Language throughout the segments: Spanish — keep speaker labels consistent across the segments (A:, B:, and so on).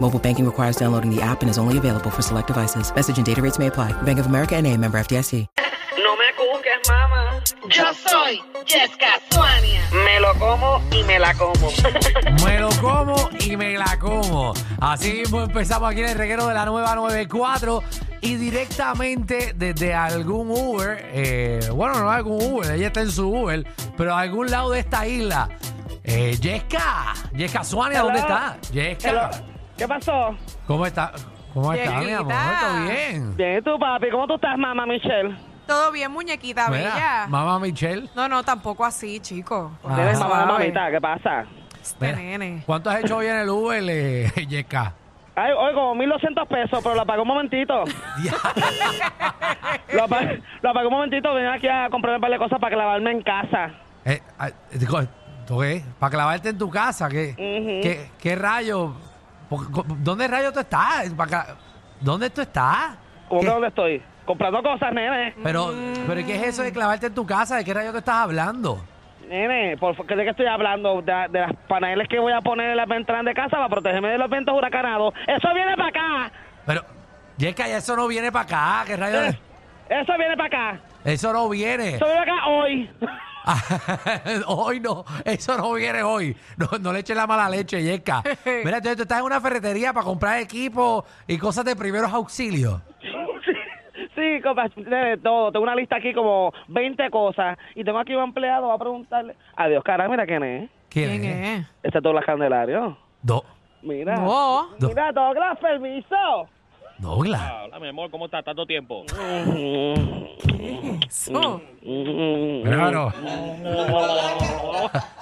A: Mobile banking requires downloading the app and is only available for select devices. Message and data rates may apply. Bank of America and a member FDIC.
B: No me juzgues, mamá.
C: Yo soy Jessica Suania.
B: Me lo como y me la como.
D: Me lo como y me la como. Así mismo empezamos aquí en el reguero de la nueva 94 y directamente desde algún Uber, eh, bueno, no algún Uber, ella está en su Uber, pero a algún lado de esta isla. Eh, Yesca, Yesca Suania, ¿dónde
E: Hello.
D: está? Yesca,
E: Hello. ¿Qué pasó?
D: ¿cómo está? ¿Cómo está, mi
F: Yesquita.
D: amor? ¿Todo bien?
E: Bien, ¿y tú, papi? ¿Cómo tú estás, mamá Michelle?
F: Todo bien, muñequita
D: Mira,
F: bella.
D: mamá Michelle.
F: no, no, tampoco así, chico.
D: Ah.
E: Tienes mamá,
F: Suave.
E: mamita, ¿qué pasa?
F: Este
D: Mira,
F: nene.
D: ¿Cuánto has hecho hoy en el Uber, eh, Yesca?
E: Ay, hoy como 1200 pesos, pero lo pagué un momentito. lo, pagué, lo pagué un momentito, venía aquí a comprar un par de cosas para clavarme en casa.
D: Eh, ah, digo, ¿tú qué? Para clavarte en tu casa, ¿qué, qué, qué rayo? ¿Por- co- ¿Dónde rayo tú estás? Pa' cla- ¿Dónde tú estás?
E: ¿Cómo
D: ¿Qué?
E: que dónde estoy? Comprando cosas, nene.
D: Pero,
F: Mm.
D: pero ¿qué es eso de clavarte en tu casa? ¿De qué rayo tú estás hablando?
E: Nene, ¿por fa- ¿de qué estoy hablando? De, de las paneles que voy a poner en las ventanas de casa para protegerme de los vientos huracanados. ¡Eso viene para acá!
D: Pero, Yesca, ya eso no viene para acá. ¿Qué rayo?
E: Eh, ¡Eso viene para acá!
D: Eso no viene.
E: ¡Eso viene para acá hoy!
D: hoy no, eso no viene hoy. No, no le eches la mala leche, Yesca. Mira, entonces tú estás en una ferretería para comprar equipo y cosas de primeros auxilios.
E: Sí, compa, de todo. Tengo una lista aquí como 20 cosas. Y tengo aquí un empleado, va a preguntarle. Adiós, cara, mira quién es.
F: ¿Quién es?
E: Este es Douglas Candelario.
D: Do-
E: Mira.
F: No.
E: Mira, Douglas, permiso.
D: Douglas.
G: Hola, mi amor, ¿cómo estás? ¿Tanto tiempo?
F: Eso.
E: Mm.
F: Mm.
D: Mira, pero.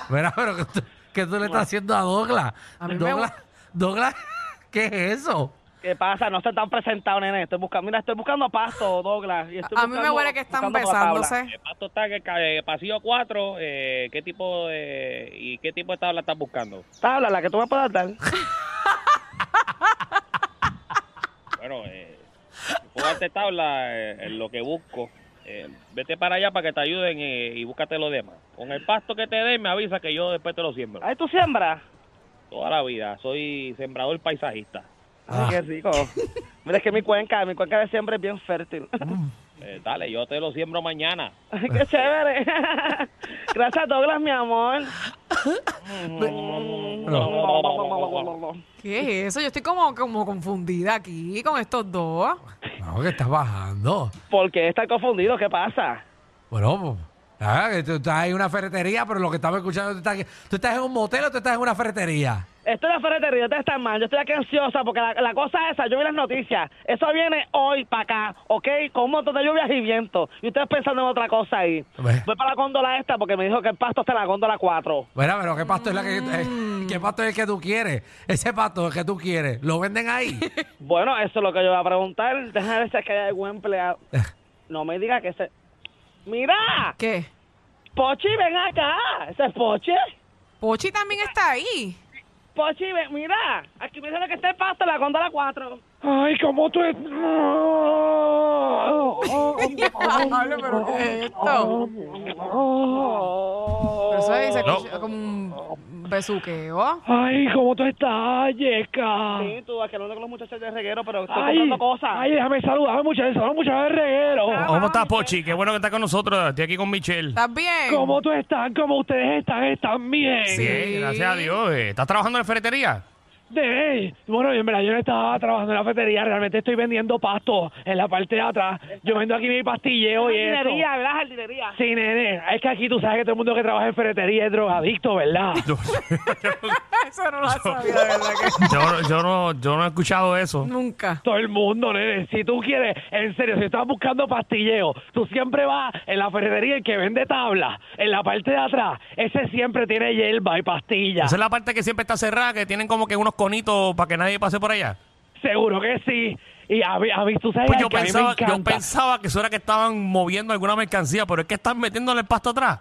D: Mira, pero, ¿qué tú, qué tú le estás haciendo a Douglas?
F: A mí me
D: Douglas, Douglas, ¿qué es eso?
E: ¿Qué pasa? No se están presentados, nene. Estoy buscando, mira, estoy buscando pasto, Douglas. y estoy
F: A mí me
E: buscando-
F: huele que están
E: buscando otra tabla.
F: besándose.
G: El pasto está en el ca- eh, pasillo 4. Eh, ¿Qué tipo de, y qué tipo de tabla estás buscando?
E: Tabla, la que tú me puedas dar.
G: Bueno, eh, puedo darte tabla eh, en lo que busco. Eh, vete para allá para que te ayuden eh, y búscate lo demás. Con el pasto que te den, me avisa que yo después te lo siembro.
E: Ay, tú siembras.
G: Toda la vida, soy sembrador paisajista.
D: Ah.
E: Ay, qué rico. Mira, es que mi cuenca, mi cuenca de siempre es bien fértil.
G: Eh, dale, yo te lo siembro mañana.
E: Ay, qué chévere. Gracias, Douglas, mi amor. Mm.
F: ¿Qué es eso? Yo estoy como, como confundida aquí con estos dos.
D: No, que estás bajando.
E: ¿Por qué están confundidos? ¿Qué pasa?
D: Bueno, pues, ah, que tú estás en una ferretería, pero lo que estaba escuchando, tú estás, tú estás en un motel o tú estás en una ferretería.
E: Esto es la ferretería, ustedes están mal. Yo estoy aquí ansiosa porque la, la cosa esa, yo vi las noticias. Eso viene hoy para acá, ¿ok? Con un montón de lluvias y viento. Y ustedes pensando en otra cosa ahí.
D: Ve.
E: Voy para la góndola esta porque me dijo que el pasto está en la góndola 4.
D: Mira, pero ¿qué pasto es, la
F: Mm.
D: que, eh, ¿qué pasto es el que tú quieres? Ese pasto es el que tú quieres. ¿Lo venden ahí?
E: Bueno, eso es lo que yo voy a preguntar. Déjame ver si es que hay algún empleado. No me diga que ese... ¡Mira!
F: ¿Qué?
E: Pochi, ven acá. ¿Ese es Pochi?
F: Pochi también está ahí.
E: Pochi, ven, mira. Aquí me dijeron que está el pasto en la góndola 4. Ay, cómo tú... es- Oh,
F: Pablo, pero ¿qué es esto?
E: Oh.
F: Pero eso dice como un besuqueo.
H: Ay, ¿cómo tú estás, Yesca?
E: Sí, tú, aquí hablando con los muchachos de reguero, pero estoy
H: Ay,
E: comprando cosas.
H: ay, déjame saludar, muchachos, son muchachos de reguero.
G: ¿Cómo estás, Pochi? Qué bueno que estás con nosotros. Estoy aquí con Michelle.
F: ¿Estás bien?
H: ¿Cómo tú estás? ¿Cómo ustedes están? ¿Están bien?
F: Sí. Bien, gracias a Dios.
G: eh. ¿Estás trabajando en la ferretería?
E: De, bueno, yo en verdad yo no estaba trabajando en la fetería, realmente estoy vendiendo pasto en la parte de atrás. Yo vendo aquí mi pastilleo y eso.
B: Jardinería, ¿verdad? Jardinería.
E: Sí, nene, es que aquí tú sabes que todo el mundo que trabaja en ferretería es drogadicto, ¿verdad?
F: Eso no lo sabía, de verdad que
D: Yo, yo, no, yo no he escuchado eso.
F: nunca.
E: Todo el mundo, nene. Si tú quieres, en serio, si estás buscando pastilleo, tú siempre vas en la ferretería el que vende tabla, en la parte de atrás. Ese siempre tiene hierba y pastillas.
D: Esa es la parte que siempre está cerrada, que tienen como que unos conitos para que nadie pase por allá.
E: Seguro que sí. Y a mí, a mí tú sabes
D: Pues yo
E: que a
D: pensaba,
E: mí me
D: yo
E: encanta.
D: pensaba que eso era que estaban moviendo alguna mercancía, pero es que están metiéndole el pasto atrás.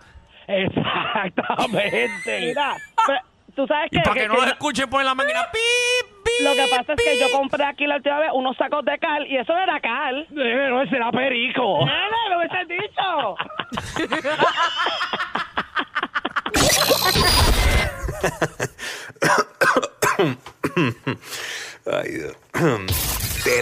E: Exactamente.
B: Mira, pero, tú sabes
D: Y
E: Eh,
B: que,
D: para
B: que-
D: que, no
B: que
D: los escuchen por la máquina. ¡Pip, pip,
B: lo que pasa es que yo
D: pip!
B: compré aquí la última vez unos sacos de cal y eso no era cal.
E: Nene, no, ese era perico.
B: Nene, lo hubiese dicho.
I: Ay, Dios. Te